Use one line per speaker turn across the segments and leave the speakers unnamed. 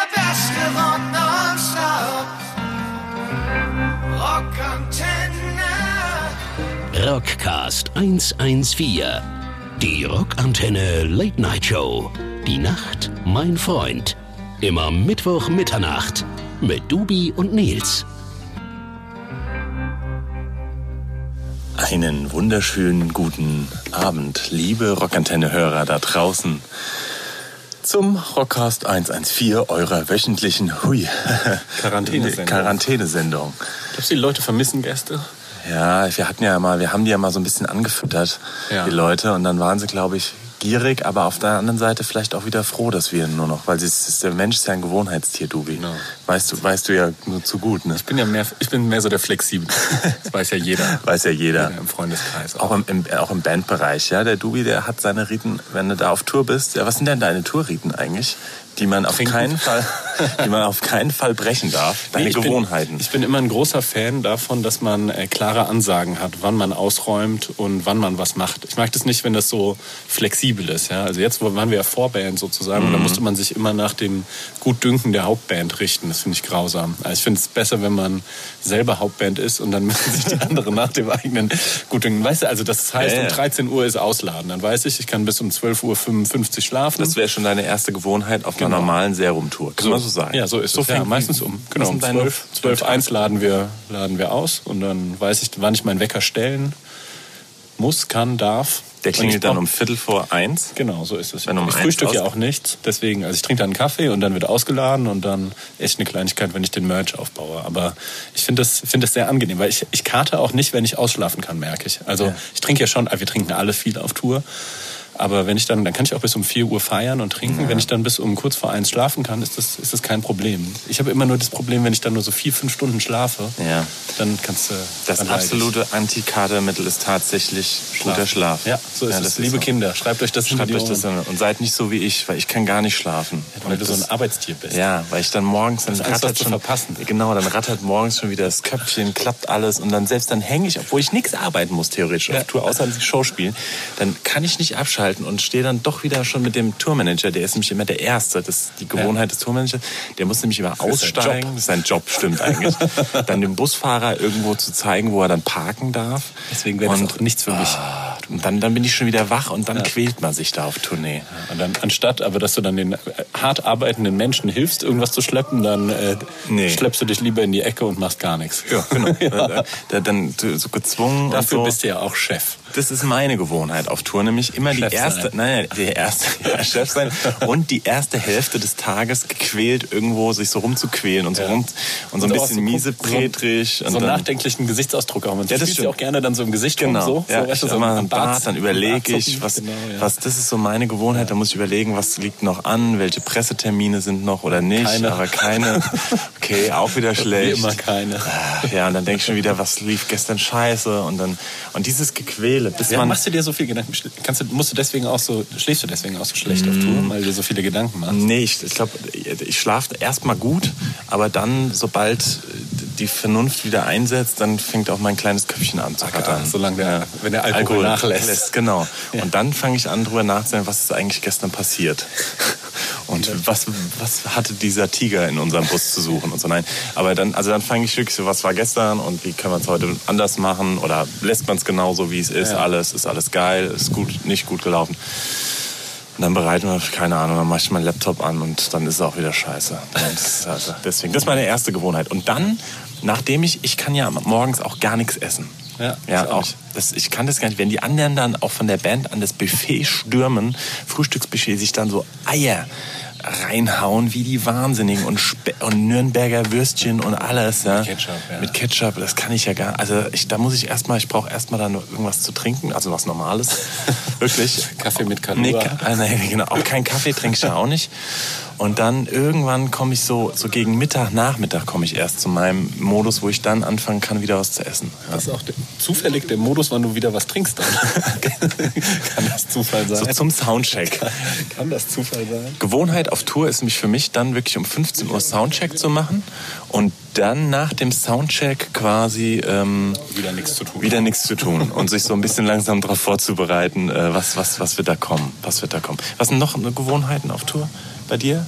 für Rock nonstop. Rockantenne.
Rockcast 114. Die Rockantenne Late Night Show. Die Nacht, mein Freund. Immer Mittwoch Mitternacht mit Dubi und Nils.
Einen wunderschönen guten Abend, liebe Rockantenne-Hörer da draußen. Zum Rockcast 114 eurer wöchentlichen Hui
Quarantänesendung.
Quarantänesendung.
Glaubst du, die Leute vermissen Gäste?
Ja, wir hatten ja mal, wir haben die ja mal so ein bisschen angefüttert,
Ja.
die Leute, und dann waren sie, glaube ich, gierig, aber auf der anderen Seite vielleicht auch wieder froh, dass wir nur noch, weil sie ist, der Mensch ist ja ein Gewohnheitstier, Dubi.
Genau.
Weißt du, weißt du ja nur zu gut, ne?
Ich bin ja mehr, ich bin mehr so der Flexibel. Das weiß ja jeder.
Weiß ja jeder.
Im Freundeskreis.
Auch im, im, äh, auch im Bandbereich, ja. Der Dubi, der hat seine Riten, wenn du da auf Tour bist. Ja, was sind denn deine Tourriten eigentlich, die man auf
Trinken.
keinen Fall, die man auf keinen Fall brechen darf? Deine
Nee, ich
Gewohnheiten.
Bin, ich bin immer ein großer Fan davon, dass man äh, klare Ansagen hat, wann man ausräumt und wann man was macht. Ich mag das nicht, wenn das so flexibel ist. Ja? Also jetzt waren wir ja Vorband sozusagen
Mhm.
und da musste man sich immer nach dem Gutdünken der Hauptband richten. Das finde ich grausam. Also ich finde es besser, wenn man selber Hauptband ist und dann müssen sich die anderen nach dem eigenen Gutdünken. Weißt du, also das heißt,
Ja, ja.
um 13 Uhr ist Ausladen. Dann weiß ich, ich kann bis um 12.55 Uhr schlafen.
das wäre schon deine erste Gewohnheit auf einer normalen Serumtour, kann man Genau. so sagen.
Also, Ja, so ist
so
es. Ja,
fängt-
meistens um. Genau,
Was
um
sind deine-
12, 12 1 laden wir, laden wir aus und dann weiß ich, wann ich meinen Wecker stellen muss, kann, darf.
Der
Und ich
klingelt dann
brauch-
um Viertel vor eins.
Genau, so ist es.
Wenn um
ich
eins
frühstück ja
aus-
auch nicht, deswegen, also ich trinke dann einen Kaffee und dann wird ausgeladen und dann echt eine Kleinigkeit, wenn ich den Merch aufbaue. Aber ich finde das, find das sehr angenehm, weil ich, ich karte auch nicht, wenn ich ausschlafen kann, merke ich. Also ich trinke ja schon, wir trinken alle viel auf Tour. Aber wenn ich dann, dann kann ich auch bis um 4 Uhr feiern und trinken. Wenn ich dann bis um kurz vor eins schlafen kann, ist das, ist das kein Problem. Ich habe immer nur das Problem, wenn ich dann nur so vier, fünf Stunden schlafe,
Ja.
dann kannst du.
Das
dann leide ich.
absolute Antikatermittel ist tatsächlich guter halt Schlaf.
Ja, so ist
Ja,
es.
das
Liebe
so.
Kinder, schreibt euch das
Schreibt
in die
euch das
Ohren,
an und seid nicht so wie ich, weil ich kann gar nicht schlafen.
weil
Und
du so ein
das-
Arbeitstier bist.
Ja, weil ich dann morgens dann
Hast Angst, was
rattert
zu
schon
verpassen.
Genau, dann rattert morgens schon wieder das Köpfchen, klappt alles und dann selbst dann hänge ich, obwohl ich nichts arbeiten muss theoretisch auf Tour, außer die Show spielen, dann kann ich nicht abschalten und stehe dann doch wieder schon mit dem Tourmanager, der ist nämlich immer der Erste, das ist die Gewohnheit des Tourmanagers, der muss nämlich immer
ist sein
aussteigen, das ist sein Job, stimmt eigentlich, dann dem Busfahrer irgendwo zu zeigen, wo er dann parken darf.
Deswegen wäre das
Und-
auch nichts für mich.
Ah, Und dann, dann bin ich schon wieder wach und dann quält man sich da auf Tournee.
Und dann, anstatt aber, dass du dann den äh, hart arbeitenden Menschen hilfst, irgendwas zu schleppen, dann äh,
Nee.
schleppst du dich lieber in die Ecke und machst gar nichts.
Ja, genau.
Äh,
Da- Da, dann so gezwungen
Dafür
und so.
bist du ja auch Chef.
Das ist meine Gewohnheit auf Tour, nämlich immer die
Chef sein.
erste, nein, die erste, ja, Chef sein und die erste Hälfte des Tages gequält irgendwo sich so rumzuquälen und so
Ja.
rum und so ein
Und auch
bisschen
so guck-
miese, pretrig
So,
und
so einen
dann-
nachdenklichen Gesichtsausdruck haben. Und
Ja, das
spielst
stimmt.
ja auch gerne dann so im Gesicht
Genau,
rum. So,
ja,
so, weißt du,
ich
so
immer
am
am Bart, dann überlege ich,
Bartzucken.
was,
Genau, ja.
was, das ist so meine Gewohnheit, da muss ich überlegen, was liegt noch an, welche Pressetermine sind noch oder nicht,
Keine.
aber keine, okay, auch wieder schlecht.
immer keine.
Äh, Ja, und dann denke ich schon wieder, was lief gestern scheiße und dann, und dieses Gequäle, bis
Ja,
man,
machst du dir so viel Gedanken? Schl- Kannst du, musst du deswegen auch so, schläfst du deswegen auch so schlecht auf
Mm.
Tour, weil du dir so viele Gedanken machst?
Nee, ich, ich glaube, ich schlafe erstmal gut, aber dann, sobald die Vernunft wieder einsetzt, dann fängt auch mein kleines Köpfchen an zu rattern.
Solange der, wenn der Alkohol, nachlässt.
genau. Und dann fange ich an, drüber nachzudenken, was ist eigentlich gestern passiert. Und was, was hatte dieser Tiger in unserem Bus zu suchen und so. Nein, aber dann, also dann fange ich wirklich so, was war gestern und wie kann man es heute anders machen oder lässt man es genauso, wie es ist,
Ja.
alles, ist alles geil, ist gut, nicht gut gelaufen. Und dann bereiten wir, keine Ahnung, dann mache ich meinen Laptop an und dann ist es auch wieder scheiße. Dann ist es also deswegen, das ist meine erste Gewohnheit. Und dann, nachdem ich, ich kann ja morgens auch gar nichts essen.
Ja,
ja
ich auch
auch.
nicht.
Das, ich kann das gar nicht. Wenn die anderen dann auch von der Band an das Buffet stürmen, Frühstücksbuffet, sich dann so Eier reinhauen wie die Wahnsinnigen und, Spe und Nürnberger Würstchen und alles. Ja. Mit
Ketchup, ja.
Mit Ketchup, das kann ich ja gar Also ich, da muss ich erstmal, ich brauche erstmal dann irgendwas zu trinken, also was Normales. Wirklich.
Kaffee mit Kalua.
Nee, Ka ah, nein, genau. Auch keinen Kaffee trinke ich ja auch nicht. Und dann irgendwann komme ich so, so gegen Mittag, Nachmittag komme ich erst zu meinem Modus, wo ich dann anfangen kann, wieder was zu essen. Ja.
Das ist auch der, zufällig der Modus, wann du wieder was trinkst. Kann das Zufall
So
sein?
zum Soundcheck.
Kann das Zufall sein?
Gewohnheit auf Tour ist nämlich für mich dann wirklich um 15 Uhr Soundcheck zu machen und dann nach dem Soundcheck quasi ähm,
Wieder nichts zu tun.
wieder nichts zu tun und sich so ein bisschen langsam darauf vorzubereiten, äh, was, was, was wird da kommen, was wird da kommen. Was sind noch Gewohnheiten auf Tour bei dir?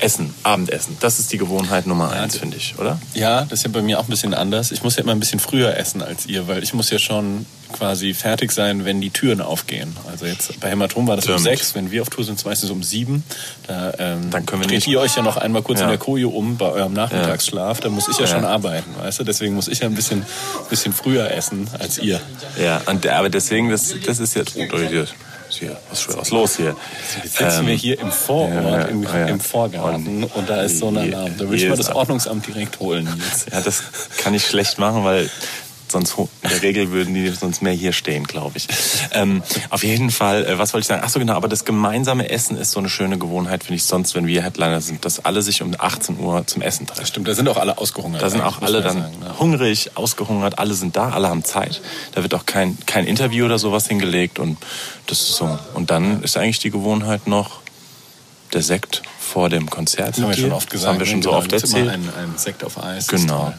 Essen, Abendessen. Das ist die Gewohnheit Nummer eins, finde ich, oder?
Ja, das ist ja bei mir auch ein bisschen anders. Ich muss ja immer ein bisschen früher essen als ihr, weil ich muss ja schon quasi fertig sein, wenn die Türen aufgehen. Also jetzt bei Hämatom war das um
Stimmt.
sechs, wenn wir auf Tour sind, ist es meistens um sieben. Da ähm,
Dann können wir
dreht
nicht-
ihr euch ja noch einmal kurz
Ja.
in der Koje um bei eurem Nachmittagsschlaf. Da muss ich ja, schon arbeiten, weißt du? Deswegen muss ich ja ein bisschen, bisschen früher essen als ihr.
Ja, und, aber deswegen, das, das ist jetzt. Oh, hier, hier, was, was los hier?
Jetzt sitzen wir
Ähm,
hier im Vorort,
ja, ja,
im,
ah, ja.
im Vorgarten und, da ist so ein
hier-
Alarm. Da würde ich
hier
mal
ist
das
ein-
Ordnungsamt direkt holen. Jetzt.
Ja, das kann ich schlecht machen, weil sonst ho- in der Regel würden die sonst mehr hier stehen, glaube ich. Ähm, auf jeden Fall, äh, was wollte ich sagen? Ach so genau, aber das gemeinsame Essen ist so eine schöne Gewohnheit, finde ich sonst, wenn wir Headliner sind, dass alle sich um 18 Uhr zum Essen treffen.
Stimmt, da sind auch alle ausgehungert.
Da sind
eigentlich,
auch
muss
alle
man
dann
sagen, ne?
hungrig, ausgehungert, alle sind da, alle haben Zeit. Da wird auch kein, kein Interview oder sowas hingelegt und das ist so. Und dann ist eigentlich die Gewohnheit noch der Sekt vor dem Konzert.
Das haben wir schon
Das
oft gesagt.
haben wir schon
ne?
so
Genau,
oft
gibt's
erzählt.
Immer einen, einen Sekt auf Eis. Das ist
Genau.
toll.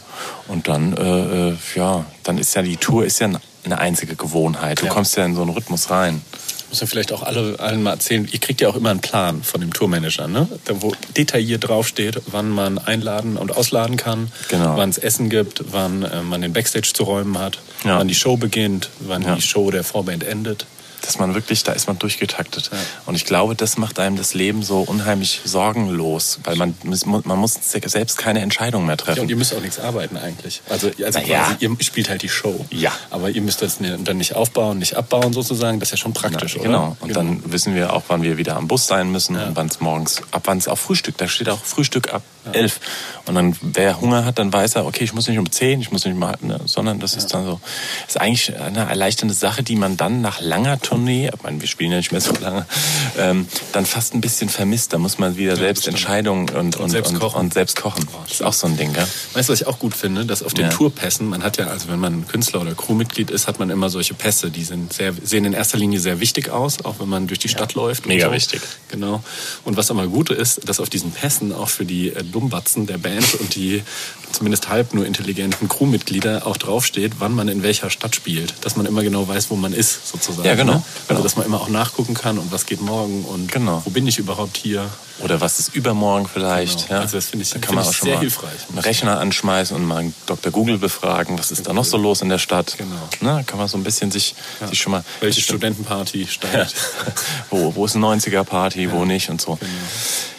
Und dann, äh, äh, ja, dann ist ja die Tour ist ja eine einzige Gewohnheit. Du
Ja.
kommst ja in so einen Rhythmus rein.
Muss man vielleicht auch alle, allen mal erzählen. Ihr kriegt ja auch immer einen Plan von dem Tourmanager, ne? Da, wo detailliert draufsteht, wann man einladen und ausladen kann,
Genau.
wann es Essen gibt, wann äh, man den Backstage zu räumen hat,
Ja.
wann die Show beginnt, wann
Ja.
die Show der Vorband endet.
Dass man wirklich, da ist man durchgetaktet. Und ich glaube, das macht einem das Leben so unheimlich sorgenlos, weil man, muss- man muss selbst keine Entscheidung mehr
Ja,
treffen.
und ihr müsst auch nichts arbeiten eigentlich. Also, also
Na ja.
quasi, ihr spielt halt die Show.
Ja.
Aber ihr müsst das ne- dann nicht aufbauen, nicht abbauen sozusagen. Das ist ja schon praktisch,
Ja,
oder?
Genau. Und dann wissen wir auch, wann wir wieder am Bus sein müssen und wann es morgens, ab wann es auch Frühstück, da steht auch Frühstück ab elf. Und dann, wer Hunger hat, dann weiß er, okay, ich muss nicht um zehn, ich muss nicht mal, ne, sondern das ist dann so, ist eigentlich eine erleichternde Sache, die man dann nach langer Tournee, ich meine, wir spielen ja nicht mehr so lange, ähm, dann fast ein bisschen vermisst. Da muss man wieder selbst Entscheidungen und, und, und,
selbst
und,
kochen. Oh,
selbst kochen. Das ist auch so ein Ding, gell?
Weißt du, was ich auch gut finde? Dass auf den
Ja.
Tourpässen, man hat ja, also wenn man Künstler oder Crewmitglied ist, hat man immer solche Pässe. Die sind sehr, sehen in erster Linie sehr wichtig aus, auch wenn man durch die Stadt läuft. und
mega wichtig.
Genau. Und was aber gut ist, dass auf diesen Pässen auch für die äh, Dummbatzen der Band und die zumindest halb nur intelligenten Crewmitglieder auch draufsteht, wann man in welcher Stadt spielt. Dass man immer genau weiß, wo man ist, sozusagen.
Ja, genau.
Ne? Also,
Genau.
dass man immer auch nachgucken kann und was geht morgen und
Genau.
wo bin ich überhaupt hier.
Oder was ist übermorgen vielleicht?
Genau.
Ja?
Also das finde ich-
da
finde
kann man
ich
auch schon
sehr
mal
hilfreich.
einen Rechner anschmeißen und mal einen Dr. Google befragen, was ist da noch so los in der Stadt.
Genau.
Ne? Kann man so ein bisschen sich, sich schon mal.
Welche Studentenparty
Ja.
steigt.
wo, wo ist eine 90er-Party, wo nicht und so.
Genau.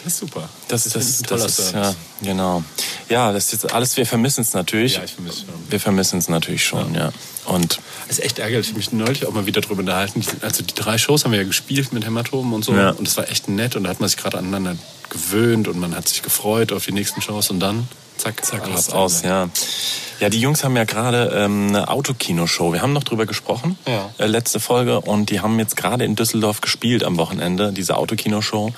Das ist super.
Das, das,
ist
das,
ein toller
ist,
Service.
ja, genau. Ja, das ist jetzt alles, wir vermissen es natürlich.
Ja, ich vermisse es schon.
Wir vermissen es natürlich schon, ja. Und
Das ist echt ärgerlich. Ich habe mich neulich auch mal wieder drüber unterhalten. Die- Also die drei Shows haben wir ja gespielt mit Hämatomen und so.
Ja.
Und das war echt nett. Und da hat man sich gerade aneinander gewöhnt und man hat sich gefreut auf die nächsten Shows. Und dann, zack, zack,
was aus, ja. Ja, die Jungs haben ja gerade ähm, eine Autokino-Show. Wir haben noch drüber gesprochen,
Ja.
äh, letzte Folge. Und die haben jetzt gerade in Düsseldorf gespielt am Wochenende, diese Autokino-Show.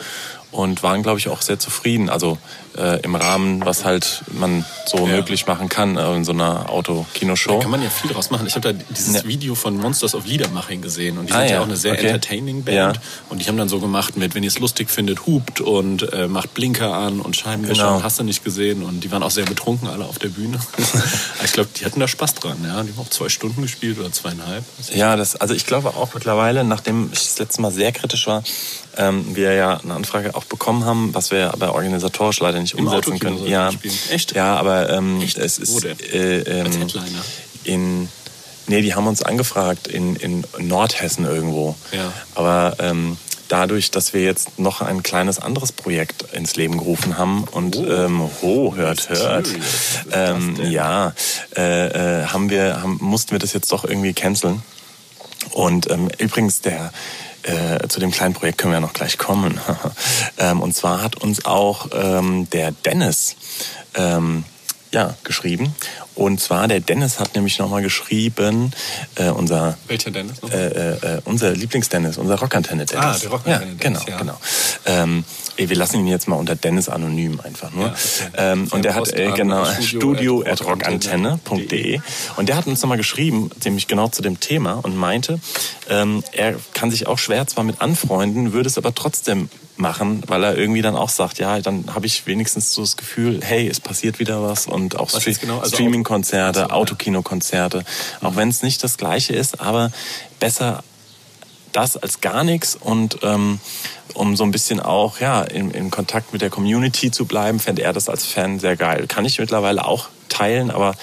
Und waren, glaube ich, auch sehr zufrieden. Also äh, im Rahmen, was halt man so
Ja.
möglich machen kann äh, in so einer Autokino-Show.
Da kann man ja viel draus machen. Ich habe da dieses
Ja.
Video von Monsters of Liedermaching gesehen. Und die
Ah,
sind ja.
ja.
auch eine sehr
Okay.
entertaining Band.
Ja.
Und die haben dann so gemacht mit, wenn ihr es lustig findet, hupt und äh, macht Blinker an und Scheibenwischer.
Genau.
und Hast du nicht gesehen. Und die waren auch sehr betrunken alle auf der Bühne. Aber ich glaube, die hatten da Spaß dran. Ja. Die haben auch zwei Stunden gespielt oder zweieinhalb.
Ja, das, also ich glaube auch mittlerweile, nachdem ich das letzte Mal sehr kritisch war, ähm, wir ja eine Anfrage auch bekommen haben, was wir aber organisatorisch leider nicht
Im
umsetzen
Autokino
können.
sollte
Ja,
man spielen. Echt?
Ja, aber ähm,
Echt?
es ist
Wo denn?
äh, ähm,
Als Headliner?
in Nee, die haben uns angefragt in, in Nordhessen irgendwo.
Ja.
Aber ähm, dadurch, dass wir jetzt noch ein kleines anderes Projekt ins Leben gerufen haben und
Oh.
ähm, ho, hört, hört,
Mysterious. Was ist das
ähm,
denn?
ja, äh, äh, haben wir, haben, mussten wir das jetzt doch irgendwie canceln. Und ähm, übrigens, der, äh, zu dem kleinen Projekt können wir ja noch gleich kommen. ähm, und zwar hat uns auch ähm, der Dennis ähm, ja, geschrieben. Und zwar, der Dennis hat nämlich nochmal geschrieben, äh, unser
Welcher denn? Ist noch?
äh, äh, unser Lieblingsdennis, unser Rockantenne-Dennis.
Ah, der Rockantenne-Dennis,
Ja,
ja.
genau, genau. Ähm, ey, wir lassen ihn jetzt mal unter Dennis anonym einfach nur.
Ja, okay.
ähm, und der hat,
Post
äh,
an
genau,
studio
studio
at
at rockantenne.de. E. Und der hat uns nochmal geschrieben, ziemlich genau zu dem Thema und meinte, ähm, er kann sich auch schwer zwar mit anfreunden, würde es aber trotzdem machen, weil er irgendwie dann auch sagt, ja, dann habe ich wenigstens so das Gefühl, hey, es passiert wieder was und auch
Was
Stre
jetzt genau? Also
Streaming-Konzerte,
Auto- Ach so, ja.
Autokinokonzerte, auch wenn es nicht das gleiche ist, aber besser das als gar nichts und ähm, um so ein bisschen auch ja, in, in Kontakt mit der Community zu bleiben, fände er das als Fan sehr geil. Kann ich mittlerweile auch teilen, aber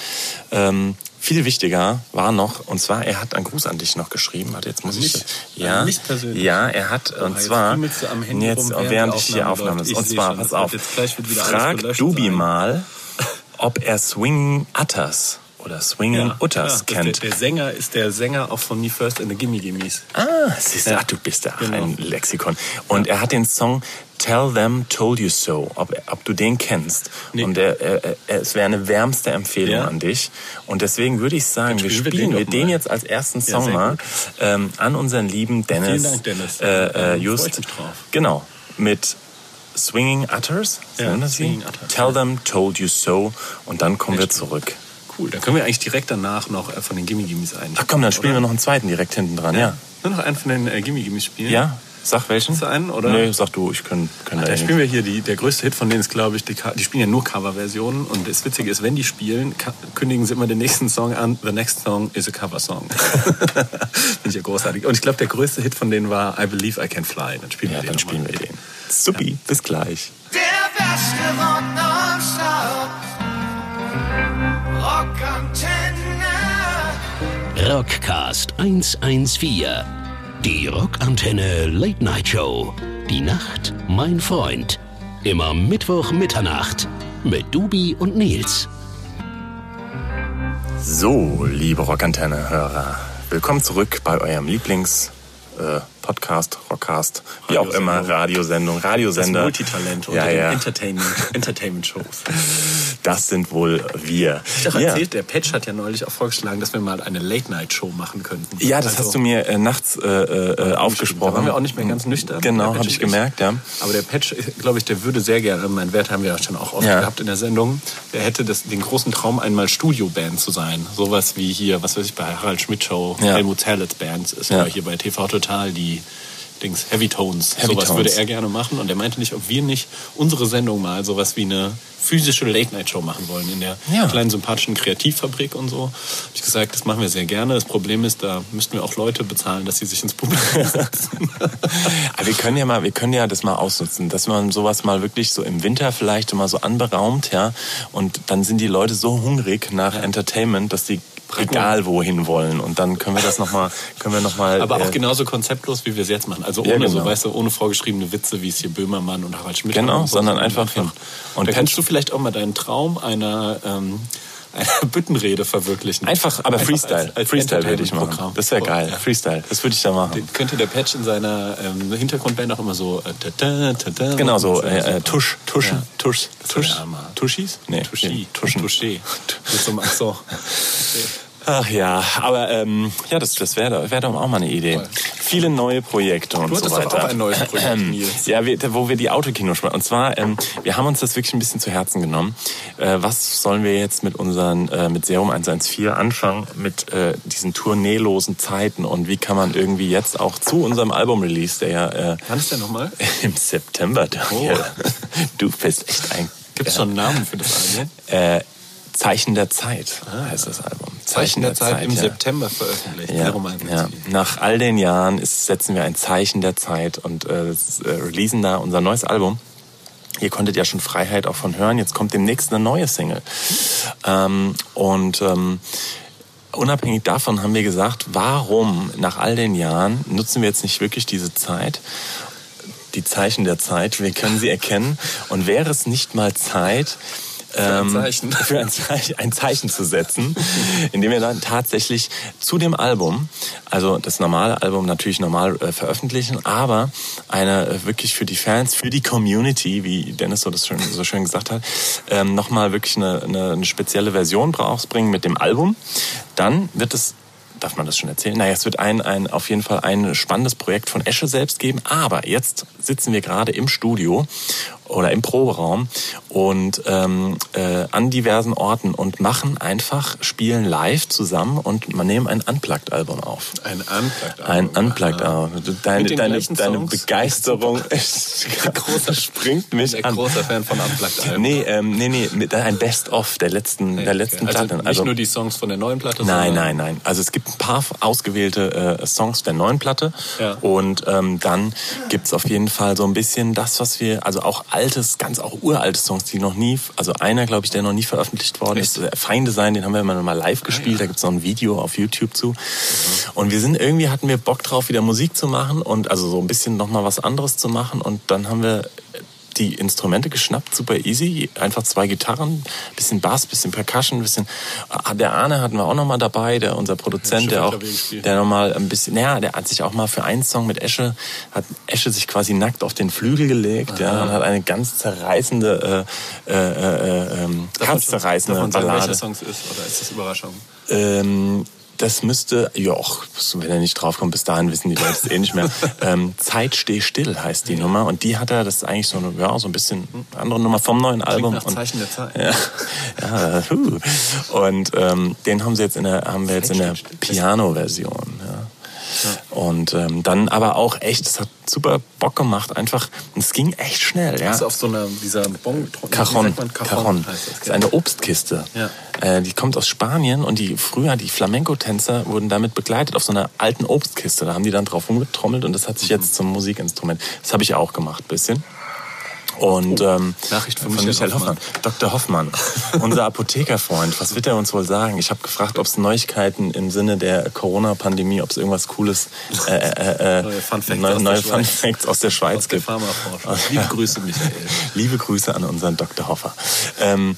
ähm, viel wichtiger war noch, und zwar, er hat einen Gruß an dich noch geschrieben. Warte, jetzt muss ich.
Nicht-
ja,
nicht persönlich.
Ja, er hat, und
jetzt
zwar,
fummelst du am Handy
jetzt,
rum,
während,
während
ich
die
hier
Aufnahme
Aufnahme ist.
läuft. Ich
Und
sehe
zwar,
schon,
pass
das wird
auf,
jetzt gleich wird wieder alles
frag
gelöscht
Dubi
sein.
mal, ob er Swinging Utters oder Swinging Utters
das-
kennt.
Ah, Der, der Sänger ist der Sänger auch von Me First and the Gimme Gimmies.
Ah, siehst du, ach, du bist da
Genau.
ein Lexikon. Und er hat den Song Tell Them Told You So, ob, ob du den kennst.
Nee.
Und er, er, er, es wäre eine wärmste Empfehlung
Ja.
an dich. Und deswegen würde ich sagen, wir
spielen wir
spielen
den
wir
doch
den,
mal.
jetzt als ersten
Ja,
Song
sehr
mal
gut.
ähm, an unseren lieben Dennis.
Vielen Dank, Dennis.
Äh, äh,
Ähm,
just,
freut sich drauf.
Genau, mit Swinging Utters, so
Ja,
nennt er sie?
Swinging Utters,
Tell
ja.
Them Told You So und dann kommen wir zurück.
Cool, dann können wir eigentlich direkt danach noch äh, von den Gimme Gimmies ein.
Ach komm, dann spielen
oder?
wir noch einen zweiten direkt hinten dran, ja.
Nur noch einen von den äh, Gimme Gimmies spielen.
ja. Sag welchen?
Willst du einen, oder?
Nee, sag du, ich kann, kann
Da
da
spielen wir hier die, der größte Hit von denen ist, glaube ich, die, Ka- die spielen ja nur Coverversionen und das Witzige ist, wenn die spielen, ka- kündigen sie immer den nächsten Song an. The next song is a cover song. Finde ich ja großartig. Und ich glaube, der größte Hit von denen war I Believe I Can Fly. Dann spielen
Ja,
wir den.
dann spielen
nochmal.
wir den. Supi, bis gleich.
Der beste Rock nonstop. Rock Antenne.
Rockcast 114. Die Rockantenne Late Night Show. Die Nacht, mein Freund. Immer Mittwoch Mitternacht mit Dubi und Nils.
So, liebe Rockantenne-Hörer, willkommen zurück bei eurem Lieblings- äh, Podcast, Rockcast, wie auch
Radiosendung.
immer, Radiosendung,
Das
Radiosender.
Multitalent unter
ja,
den
ja,
Entertainment- Entertainment-Shows.
das sind wohl wir.
Ich habe
Ja.
erzählt, der Patch hat ja neulich auch vorgeschlagen, dass wir mal eine Late-Night-Show machen könnten. Also
Ja, das hast du mir äh, nachts äh, äh,
gesprochen.
aufgesprochen.
Da waren wir auch nicht mehr ganz nüchtern. Der
Genau,
Patch
habe
und
ich gemerkt, ja.
Aber der Patch, glaube ich, der würde sehr gerne, mein Wert haben wir ja schon auch oft
Ja.
gehabt in der Sendung, der hätte das, den großen Traum, einmal Studioband zu sein. Sowas wie hier, was weiß ich, bei Harald Schmidt Show,
Ja.
Helmut Herlitz Bands ist,
Ja.
oder hier bei TV Total die Dings, Heavy Tones.
Heavy
sowas
Tones.
würde er gerne machen. Und er meinte nicht, ob wir nicht unsere Sendung mal sowas wie eine physische Late-Night-Show machen wollen in der
Ja.
kleinen sympathischen Kreativfabrik und so. Hab ich gesagt, das machen wir sehr gerne. Das Problem ist, da müssten wir auch Leute bezahlen, dass sie sich ins Publikum setzen.
Aber Ah, wir können ja mal, wir können ja das mal ausnutzen, dass man sowas mal wirklich so im Winter vielleicht mal so anberaumt, ja. Und dann sind die Leute so hungrig nach Entertainment, dass die egal wohin wollen. Und dann können wir das nochmal, können wir noch mal.
Aber
äh,
auch genau genauso konzeptlos, wie wir es jetzt machen. Also ohne,
Ja,
so,
genau.
weißt du, ohne vorgeschriebene Witze, wie es hier Böhmermann und Harald Schmidt
Genau,
haben und so,
sondern einfach-
Und
und
da
Patch-
kannst du vielleicht auch mal deinen Traum einer, ähm, einer Büttenrede verwirklichen.
Einfach, aber Freestyle.
als- als
Freestyle würde ich machen.
Entertainment-Programm.
Das wäre geil.
Ja.
Freestyle. Das würde ich da machen.
Den Könnte der Patch in seiner ähm, Hintergrundband auch immer so. Äh, da, da, da, da,
Genau so,
Das wär
äh, äh,
super.
Tusch, Tusch,
Ja.
Tusch,
Das wär
Tusch.
der Hammer.
Tuschis? Nee,
Tuschi.
nee, Tuschen.
Touché. Mit so einem Akzent.
Ach ja, aber ähm, ja, das, das wäre wär doch auch mal eine Idee. Viele neue Projekte und
Du
so
hattest doch
weiter.
auch ein neues Projekt, Nils.
Ja, wir, wo wir die Autokinos machen. Und zwar, ähm, wir haben uns das wirklich ein bisschen zu Herzen genommen. Äh, was sollen wir jetzt mit unseren, äh, mit Serum 114 anfangen, mit äh, diesen tourneelosen Zeiten und wie kann man irgendwie jetzt auch zu unserem Album-Release, der ja äh,
Wann ist der nochmal?
im September, Daniel,
Oh.
du bist echt ein
Gibt es schon einen Namen für das Album?
äh, Zeichen der Zeit, heißt das Album.
Zeichen der Zeit im
ja.
September veröffentlicht.
Ja,
Darum einfach
ja.
nicht.
Nach all den Jahren ist, setzen wir ein Zeichen der Zeit und äh, s- äh, releasen da unser neues Album. Ihr konntet ja schon Freiheit auch von hören. Jetzt kommt demnächst eine neue Single. Ähm, und ähm, unabhängig davon haben wir gesagt, warum nach all den Jahren nutzen wir jetzt nicht wirklich diese Zeit? Die Zeichen der Zeit, wir können sie erkennen. Und wäre es nicht mal Zeit,
ein
ähm,
Zeichen.
für ein, Zeichen, ein Zeichen zu setzen, indem wir dann tatsächlich zu dem Album, also das normale Album natürlich normal äh, veröffentlichen, aber eine äh, wirklich für die Fans, für die Community, wie Dennis so das schön, so schön gesagt hat, ähm, nochmal wirklich eine, eine, eine spezielle Version rausbringen mit dem Album. Dann wird es Darf man das schon erzählen? Naja, es wird ein, ein, auf jeden Fall ein spannendes Projekt von Esche selbst geben. Aber jetzt sitzen wir gerade im Studio oder im Proberaum und ähm, äh, an diversen Orten und machen einfach, spielen live zusammen und man nehmen ein Unplugged-Album auf.
Ein Unplugged-Album.
Ein Unplugged-Album. Deine,
Mit den
deine,
gleichen
deine
Songs?
Begeisterung ist- springt mich
Ein
an.
großer Fan von Unplugged-Alben.
Nee, ähm, nee, nee, mit- ein Best-of der letzten, der letzten
also
Platten.
Nicht nur die Songs von der neuen Platte,
Nein,
sondern
nein, nein. Also es gibt ein paar ausgewählte äh, Songs der neuen Platte.
Ja.
Und ähm, dann gibt's auf jeden Fall so ein bisschen das, was wir, also auch altes, ganz auch uralte Songs, die noch nie, also einer, glaube ich, der noch nie veröffentlicht worden ist, äh, Feinde sein, den haben wir immer noch mal live gespielt. Da gibt's noch ein Video auf YouTube zu. Und wir sind irgendwie, hatten wir Bock drauf, wieder Musik zu machen und also so ein bisschen nochmal was anderes zu machen. Und dann haben wir die Instrumente geschnappt, super easy. Einfach zwei Gitarren, bisschen Bass, bisschen Percussion, bisschen. Ah, Der Arne hatten wir auch nochmal dabei, der unser Produzent, der auch,
Klavier gespielt.
der nochmal ein bisschen, naja, der hat sich auch mal für einen Song mit Esche, hat Esche sich quasi nackt auf den Flügel gelegt, ja, und hat eine ganz zerreißende, äh, äh, äh, ähm,
Darf
herzzerreißende
man sagen, welcher
Ballade.
Song es ist? Oder ist das Überraschung?
Ähm, das müsste, ja, och, wenn er nicht draufkommt, bis dahin wissen die Leute es eh nicht mehr. Ähm, Zeit steh still heißt die Nummer und die hat er, das ist eigentlich so eine, ja, so ein bisschen andere Nummer vom neuen Album.
nach
und,
Zeichen der Zeit.
Ja, ja huh. und ähm, den haben sie jetzt in der, haben wir jetzt in der
Zeit steht still.
Piano-Version. Ja. Und ähm, dann aber auch echt, es hat super Bock gemacht, einfach. Und es ging echt schnell, ja.
Das ist auf so einer, dieser Bon...
Cajon.
Cajon. genau.
Cajon. Das ist eine Obstkiste.
Ja.
Äh, die kommt aus Spanien und die früher, die Flamenco-Tänzer wurden damit begleitet auf so einer alten Obstkiste. Da haben die dann drauf rumgetrommelt und das hat sich
Mhm.
jetzt zum Musikinstrument. Das habe ich auch gemacht, bisschen. Und ähm,
Oh, Nachricht von Michael Hoffmann.
Dr. Hoffmann, unser Apothekerfreund, was wird er uns wohl sagen? Ich habe gefragt, ob es Neuigkeiten im Sinne der Corona-Pandemie, ob es irgendwas Cooles, äh, äh, äh,
Neue Fun Facts
neue,
aus der
neue Fun
Schweiz.
Facts aus der Schweiz
Aus der
gibt.
Pharmabranche. Liebe Grüße, Michael.
Liebe Grüße an unseren Dr. Hoffer. Ähm,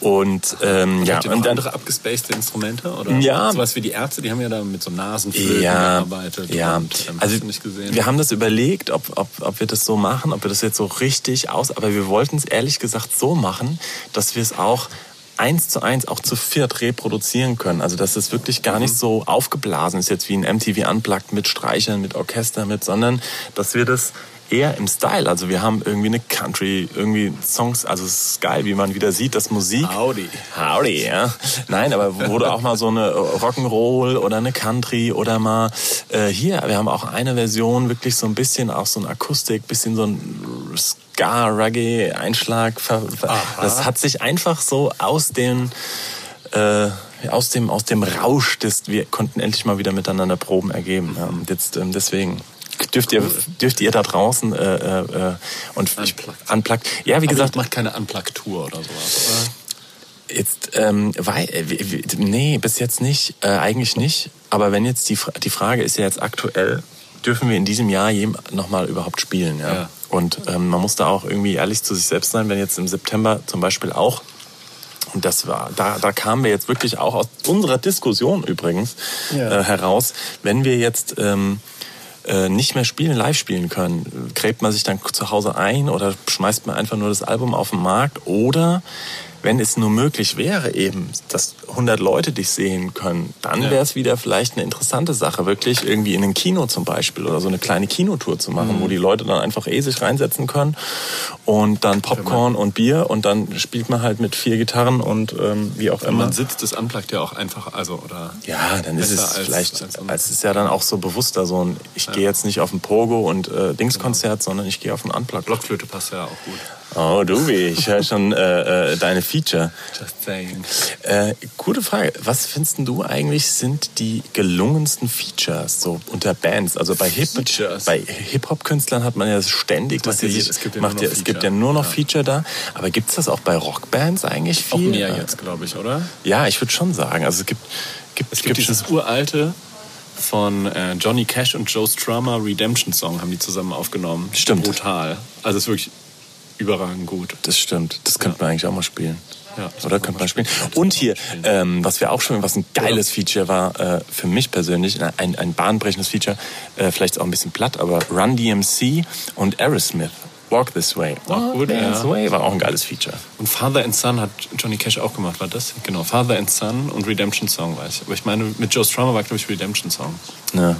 und ähm, ja,
Habt ihr noch
und dann,
andere abgespacede Instrumente? Oder
Ja.
sowas wie die Ärzte, die haben ja da mit so Nasenflöten
ja,
gearbeitet.
ja.
Und, ähm, hast
also
du nicht gesehen.
wir haben das überlegt, ob, ob, ob wir das so machen, ob wir das jetzt so richtig aus, aber wir wollten es ehrlich gesagt so machen, dass wir es auch eins zu eins auch zu viert reproduzieren können. Also dass es wirklich gar
Mhm.
nicht so aufgeblasen ist jetzt wie ein MTV Unplugged mit Streichern, mit Orchester, mit, sondern dass wir das eher im Style. Also wir haben irgendwie eine Country, irgendwie Songs. Also es ist geil, wie man wieder sieht, dass Musik.
Howdy.
Howdy, ja. Nein, aber wurde auch mal so eine Rock'n'Roll oder eine Country oder mal äh, hier. Wir haben auch eine Version, wirklich so ein bisschen auch so ein Akustik, bisschen so ein Ska-Reggae-Einschlag. ver- ver- Das hat sich einfach so aus den äh, aus dem, aus dem Rausch des, wir konnten endlich mal wieder miteinander Proben ergeben. Ja, und jetzt ähm, deswegen dürft ihr, dürft ihr da draußen äh, äh, äh, und
Unplugged. Also
anplagt. Ja, wie
Aber
gesagt,
ihr macht keine Unplugged-Tour oder sowas,
Jetzt, ähm, weil, äh, wie- wie- nee, bis jetzt nicht, äh, eigentlich nicht. Aber wenn jetzt die, Fra- die Frage ist ja jetzt aktuell, dürfen wir in diesem Jahr nochmal überhaupt spielen? Ja?
Ja.
Und ähm, man muss da auch irgendwie ehrlich zu sich selbst sein, wenn jetzt im September zum Beispiel auch und das war, da, da kamen wir jetzt wirklich auch aus unserer Diskussion übrigens
Ja.
äh, heraus, wenn wir jetzt ähm, äh, nicht mehr spielen, live spielen können, gräbt man sich dann zu Hause ein oder schmeißt man einfach nur das Album auf den Markt oder wenn es nur möglich wäre eben, dass 100 Leute dich sehen können, dann
Ja.
wäre es wieder vielleicht eine interessante Sache, wirklich irgendwie in ein Kino zum Beispiel oder so eine kleine Kinotour zu machen, wo die Leute dann einfach eh sich reinsetzen können und dann Popcorn und Bier und dann spielt man halt mit vier Gitarren und ähm, wie auch
oder?
immer.
Man sitzt, das Unplugged ja auch einfach, also, oder...
Ja, dann ist
Besser
es
als-
vielleicht,
als so ein-
als es ist ja dann auch so bewusster, so ein, ich gehe jetzt nicht auf ein Pogo und äh, Dingskonzert, sondern ich gehe auf ein Unplugged.
Genau. Blockflöte passt ja auch gut.
Oh, Dubi, ich höre schon äh, äh, deine Feature.
Just saying.
Äh, gute Frage. Was findest denn du eigentlich sind die gelungensten Features so unter Bands? Also bei Hip
Features?
bei Hip Hop Künstlern hat man ja das ständig, dass
macht
sie
ja
sich
jeder. Es gibt ja
macht
nur
ja,
noch
es gibt ja
Feature.
nur noch
Ja.
Feature da. Aber gibt's das auch bei Rockbands eigentlich
Auch
viel?
mehr jetzt, glaube ich, oder?
Ja, ich würde schon sagen. Also es gibt gibt
Es gibt dieses uralte von äh, Johnny Cash und Joe Strummer Redemption Song haben die zusammen aufgenommen.
Stimmt.
Brutal. Also ist wirklich überragend gut.
Das stimmt. Das könnte man eigentlich auch mal spielen.
Ja, das
Oder
kann
könnte
man
man spielen.
spielen.
Und hier,
Kann man spielen.
ähm, was wir auch schon, was ein geiles Feature war, äh, für mich persönlich, ein, ein bahnbrechendes Feature, äh, vielleicht ist auch ein bisschen platt, aber Run DMC und Aerosmith. Walk This Way. Walk This Way war auch ein geiles Feature.
Und Father and Son hat Johnny Cash auch gemacht, war das? Genau, Father and Son und Redemption Song war ich. Aber ich meine, mit Joe Strummer war, glaube ich, Redemption Song.
Ja.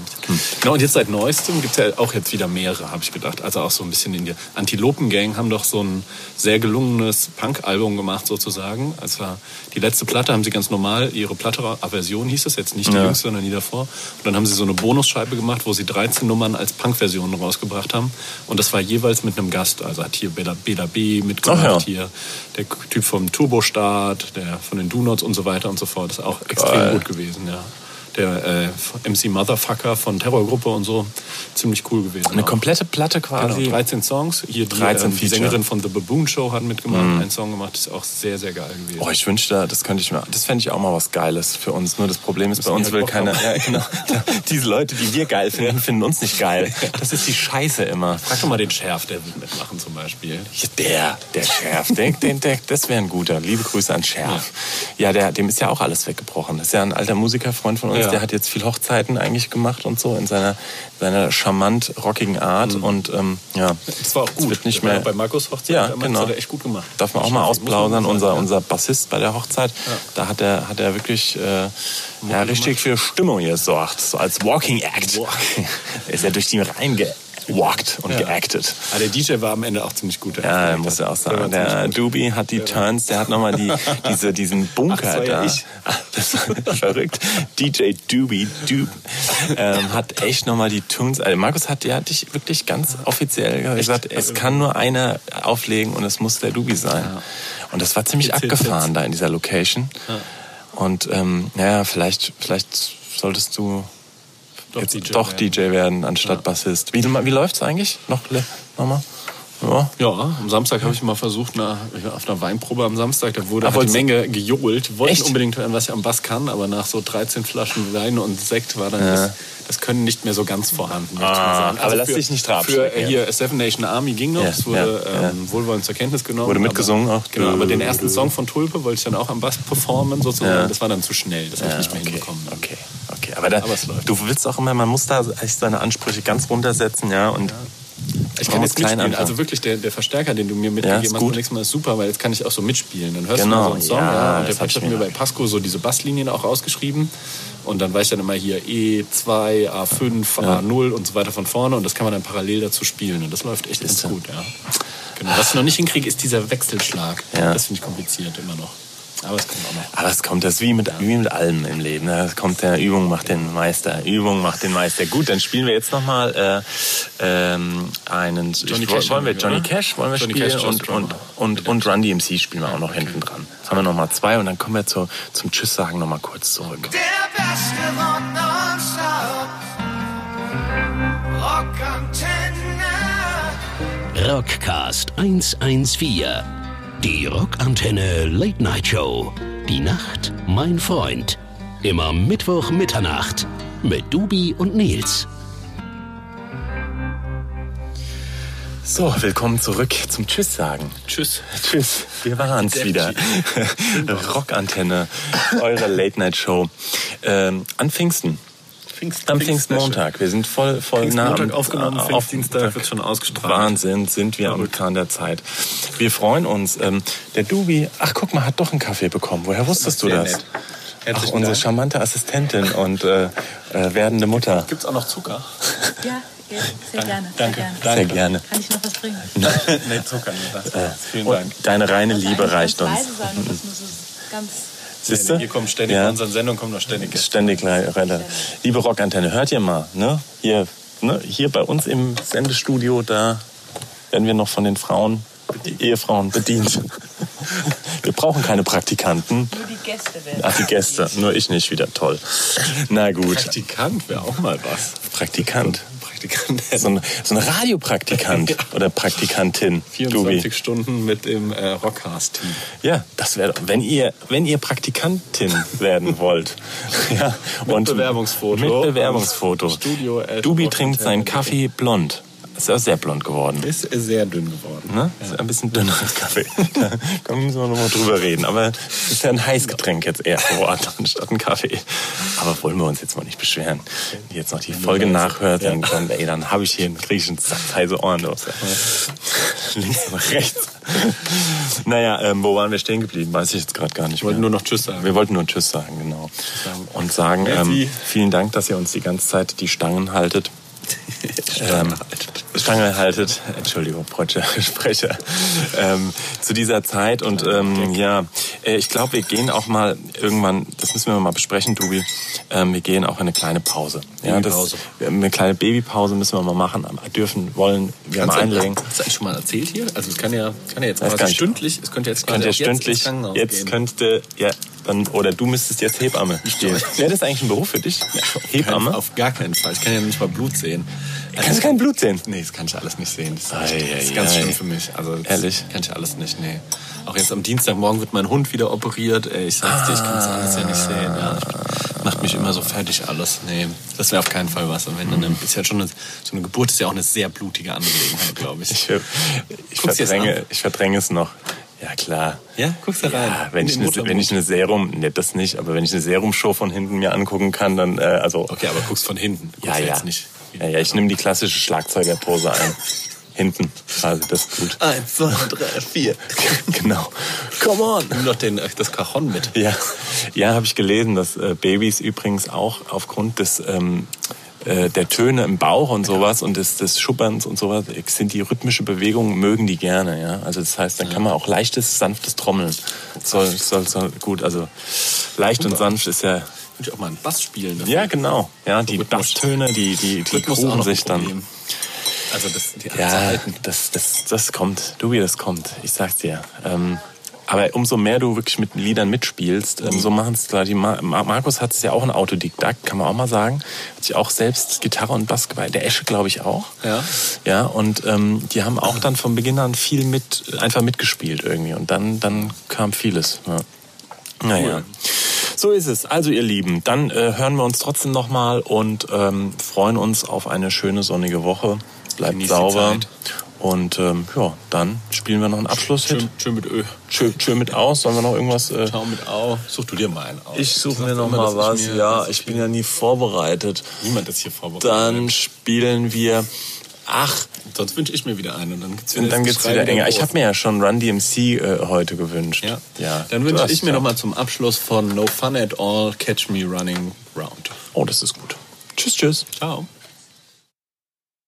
Genau, und jetzt seit neuestem gibt es ja auch jetzt wieder mehrere, habe ich gedacht. Also auch so ein bisschen in die Antilopen Gang haben doch so ein sehr gelungenes Punk-Album gemacht, sozusagen. Also war die letzte Platte haben sie ganz normal, ihre Platte, ah, Version hieß es jetzt nicht die
Ja.
jüngste, sondern die davor. Und dann haben sie so eine Bonusscheibe gemacht, wo sie 13 Nummern als Punk-Version rausgebracht haben. Und das war jeweils mit einem Gast. Also hat hier Bela, Bela B mitgemacht,
Ach ja.
hier der Typ vom Turbostart, der von den Donuts und so weiter und so fort. Das ist auch extrem
Geil.
gut gewesen, ja. Der äh, MC Motherfucker von Terrorgruppe und so, ziemlich cool gewesen.
Eine
auch.
komplette Platte quasi.
Genau, 13 Songs. Hier die,
13
ähm, die
Feature. Mhm.
Sängerin von The Baboon Show hat mitgemacht, einen Song gemacht, ist auch sehr, sehr geil gewesen.
Oh, ich wünschte, das könnte ich mir, das fände ich auch mal was Geiles für uns. Nur das Problem ist, bei uns
die
will
halt Bock
keiner, ja,
haben.
genau, diese Leute, die wir geil finden, finden uns nicht geil. Das ist die Scheiße immer.
Frag doch mal den Schärf, der will mitmachen zum Beispiel.
Ja, Der, der Schärf, den, den, der, das wäre ein guter. Liebe Grüße an Schärf. Ja, der, dem ist ja auch alles weggebrochen. Das ist ja ein alter Musikerfreund von uns,
Ja.
der hat jetzt viel Hochzeiten eigentlich gemacht und so in seiner, seiner charmant rockigen Art. Und ähm, ja,
Mhm. Das war auch
das
gut.
Wird nicht
Der war
mehr,
ja bei Markus Hochzeit,
Ja,
der Max
genau.
hat er echt gut gemacht.
Darf man auch mal
Muss man
ausplaudern,
sagen,
unser,
ja.
unser Bassist bei der Hochzeit. Da hat er, hat er wirklich äh, ja, richtig für Stimmung gesorgt. So als Walking Act. ist er durch die reingewalkt und geactet.
Aber Ah, der DJ war am Ende auch ziemlich gut. der
Ja,
hat
der
gesagt,
muss ja auch
der war
sagen. Der
ziemlich gut.
Doobie hat die Turns, der hat nochmal die, diese, diesen Bunker
Ach, das war ja
da. Ah,
ich.
Das war verrückt. DJ Doobie Doob, ähm, hat echt nochmal die Tunes. Also Markus hat, der hat dich wirklich ganz offiziell gesagt,
Also
es kann nur einer auflegen und es muss der Doobie sein. Und das war ziemlich
Jetzt, jetzt,
abgefahren
jetzt.
da in dieser Location. Und ähm, naja, vielleicht, vielleicht solltest du
Doch
jetzt
DJ
doch
werden.
DJ werden anstatt Bassist. Wie, wie läuft's eigentlich? Noch, le- noch mal? Ja.
Ja, am Samstag habe ich mal versucht, na, ich war auf einer Weinprobe am Samstag, da wurde
Ach,
halt die
Ah, wolltest-
Menge gejohlt, wollten
Echt?
unbedingt hören, was ich am Bass kann, aber nach so 13 Flaschen Wein und Sekt war dann das, das Können nicht mehr so ganz vorhanden. möchte ich mal
Ah,
sagen. Also
aber lass dich nicht drauf
Für
abschrecken,
äh, hier Seven Nation Army ging noch,
Ja,
es wurde
ja, ja.
ähm, wohlwollend zur Kenntnis genommen.
Wurde mitgesungen
aber,
auch.
Genau, aber den ersten Song von Tulpe wollte ich dann auch am Bass performen sozusagen, das war dann zu schnell, das habe ich nicht mehr hinbekommen.
Okay, okay. Aber, da,
Aber es läuft.
du willst auch immer, man muss da echt seine Ansprüche ganz runtersetzen, ja. Und
Ich kann
Man
jetzt
muss klein
mitspielen.
anfangen.
Also wirklich, der, der Verstärker, den du mir
Ja,
mitgegeben
ist
hast
gut.
beim nächsten Mal, ist super, weil jetzt kann ich auch so mitspielen. Dann hörst
Genau,
du mal so einen Song.
ja,
Ja, und der
das hab ich
Patsch hat
mir
mir bei
gedacht.
Pasco so diese Basslinien auch ausgeschrieben. Und dann weiß ich dann immer hier E E2, A5, A0 und so weiter von vorne. Und das kann man dann parallel dazu spielen. Und das läuft echt ganz gut, ja. Genau. Was ich noch nicht hinkriege, ist dieser Wechselschlag.
Ja.
Das finde ich kompliziert immer noch. Aber es kommt auch noch.
aber es kommt das wie mit, wie mit allem im Leben. Ne? Es kommt der Übung macht den Meister. Übung macht den Meister. Gut, dann spielen wir jetzt nochmal äh, ähm, einen.
Johnny
ich, wo-
Cash
wollen wir
irgendwie,
Johnny
oder?
Cash? Wollen wir
Johnny
spielen?
Cash, Joe
und,
Strummer.
und, und, und Run DMC spielen wir auch noch hinten dran. Jetzt haben wir nochmal zwei und dann kommen wir zur, zum Tschüss sagen nochmal kurz zurück.
Der beste Rock nonstop. Rock Antenne.
Rockcast 114. Die Rockantenne Late Night Show. Die Nacht, mein Freund. Immer Mittwoch Mitternacht mit Dubi und Nils.
So, willkommen zurück zum Tschüss sagen.
Tschüss.
Tschüss, wir waren's wieder. Rockantenne, eure Late-Night-Show. Ähm, an Pfingsten. Am Pfingstmontag. Wir sind voll, voll nah. am-
Montag aufgenommen,
auf-
Dienstag wird schon ausgestrahlt.
Wahnsinn, sind wir am Zahn der Zeit. Wir freuen uns. Ähm, der Dubi, ach guck mal, hat doch einen Kaffee bekommen. Woher wusstest du
Sehr
das?
nett.
Ach,
Herzlichen
unsere
Dank.
charmante Assistentin und äh, äh, werdende Mutter.
Gibt es auch noch Zucker?
Ja, ja, sehr gerne. Sehr
Danke.
gerne.
Sehr gerne. Äh,
Kann ich noch was bringen?
nee, Zucker nicht. Vielen Dank.
Und deine reine Liebe
Eigentlich
reicht uns.
ganz leise Sagen, und das muss so ganz
Siehste?
Hier kommen ständig,
Ja.
bei unseren Sendungen kommen noch ständig Gäste.
Ständig leider. Liebe Rockantenne, hört ihr mal, ne? Hier, ne? Hier bei uns im Sendestudio, da werden wir noch von den Frauen, Ehefrauen bedient. Wir brauchen keine Praktikanten.
nur die Gäste werden.
Ach, die Gäste, nur ich nicht, wieder toll. Na gut,
Praktikant wäre auch mal was.
Praktikant.
Praktikant.
So ein, so ein Radiopraktikant oder Praktikantin.
24
Dubi.
Stunden mit dem äh, Rockcast-Team.
Ja, das wäre doch, wenn ihr, wenn ihr Praktikantin werden wollt. ja,
Mit Bewerbungsfoto.
Mit Bewerbungsfoto.
Studio at
Dubi
rockantenne.de.
trinkt seinen Kaffee blond. Ist auch sehr blond geworden.
Ist sehr dünn geworden.
Ne? Ist ein bisschen dünner als Kaffee. da können- müssen wir nochmal drüber reden. Aber es ist ja ein Heißgetränk jetzt eher geworden, anstatt ein Kaffee. Aber wollen wir uns jetzt mal nicht beschweren. Wenn ihr jetzt noch die Folge nachhört, dann, dann, ey, dann habe ich hier einen griechischen Satz heiße Ohren los. Links und rechts. naja, ähm, wo waren wir stehen geblieben? Weiß ich jetzt gerade gar nicht.
Wir wollten
mehr.
nur noch Tschüss sagen.
Wir wollten nur Tschüss sagen, genau.
sagen.
Und sagen,
Merci.
ähm, vielen Dank, dass ihr uns die ganze Zeit die Stangen haltet. Ähm, Stange haltet, Entschuldigung, freudscher Sprecher, ähm, zu dieser Zeit. Und ähm, ja, äh, ich glaube, wir gehen auch mal irgendwann, das müssen wir mal besprechen, Dubi, ähm, wir gehen auch in eine kleine Pause. Ja, das, äh,
Babypause.
eine kleine Babypause müssen wir mal machen, aber dürfen, wollen wir mal einlegen.
Hast du eigentlich schon mal erzählt hier? Also es kann ja, kann ja jetzt
Weiß gar
quasi
nicht.
stündlich, es könnte jetzt
Könnt
quasi
ihr
auch jetzt ins
stündlich,
Krankenhaus
jetzt
gehen.
könnte, ja, dann, oder du müsstest jetzt Hebamme spielen. Wäre das eigentlich ein Beruf für dich? Hebamme?
Auf gar keinen Fall. Ich kann ja nicht mal Blut sehen.
Kannst du kein Blut sehen?
Nee, das kann ich alles nicht sehen. Das ist,
Ei,
echt, das
ei,
ist ganz
ei.
schlimm für mich. Also, das
Ehrlich?
Kann ich alles nicht, nee. Auch jetzt am Dienstagmorgen wird mein Hund wieder operiert. Ey, ich sag's dir, ich kann das
Ah.
alles ja nicht sehen. Ja. Macht mich immer so fertig alles. Nee, das wäre auf keinen Fall was. Und wenn dann
Mhm.
dann ist ja schon eine, so eine Geburt ist ja auch eine sehr blutige Angelegenheit, glaube ich.
Ich, ich,
Guck's dir das
verdränge,
an.
ich verdränge es noch. Ja, klar.
Ja? Guck's da rein.
Ja, wenn,
In
ich
den
eine,
Muttermund.
wenn ich eine Serum, ne, das nicht, aber wenn ich eine Serumshow von hinten mir angucken kann, dann, äh, also.
Okay, aber guckst von hinten. Guckst
ja, ja.
Jetzt nicht.
ja, ja, ich nehme die klassische Schlagzeugerpose ein. hinten, quasi, das ist gut.
Eins, zwei, drei, vier.
genau. Come on!
Nimm doch den, äh, das Cajon mit.
Ja, ja habe ich gelesen, dass äh, Babys übrigens auch aufgrund des, ähm, äh, der Töne im Bauch und sowas und des, des Schupperns und sowas äh, sind die rhythmische Bewegungen, mögen die gerne. Ja? Also das heißt, dann kann man auch leichtes, sanftes Trommeln. Soll, soll, soll, gut, also leicht und sanft ist ja...
Würde ich auch mal einen Bass spielen. dafür.
Ja, genau. Ja, die
Rhythmus.
Basstöne, die, die, die
Rhythmus ist auch
grooven
noch ein
sich dann.
Problem. Also das, die
Ja,
Anzeiten.
das, das, das kommt. Dubi, das kommt. Ich sag's dir. Ähm, aber umso mehr du wirklich mit Liedern mitspielst, ähm, so machen es klar. Die Ma Ma Markus hat es ja auch ein Autodidakt, kann man auch mal sagen. Hat sich auch selbst Gitarre und Bass geweint. Der Esche, glaube ich, auch.
Ja.
Ja, und ähm, die haben auch dann von Beginn an viel mit, einfach mitgespielt irgendwie. Und dann, dann kam vieles. Ja. Naja. So ist es. Also ihr Lieben, dann äh, hören wir uns trotzdem nochmal und ähm, freuen uns auf eine schöne sonnige Woche. Bleibt
Genießt die
sauber.
Zeit.
Und ähm, ja, dann spielen wir noch einen Abschlusshit.
Schön, schön mit Ö.
Tschö, tschö mit aus. Sollen wir noch irgendwas? Äh,
Schau mit Au. Such du dir mal einen aus.
ich suche
Sag
mir noch
immer,
mal
dass
was.
ich mir-
ja,
dass
ich bin ja nie vorbereitet.
Niemand ist hier vorbereitet.
Dann spielen wir. Ach,
Sonst wünsche ich mir wieder einen und dann gibt's wieder,
und dann
das
geht's
Geschrei
wieder enger. Ich
groß.
habe mir ja schon Run DMC äh, heute gewünscht.
ja.
ja.
Dann
Du
wünsche
hast
ich mir
ja.
noch mal zum Abschluss von No Fun at All Catch Me Running Round.
Oh, das ist gut. Tschüss, tschüss.
Ciao.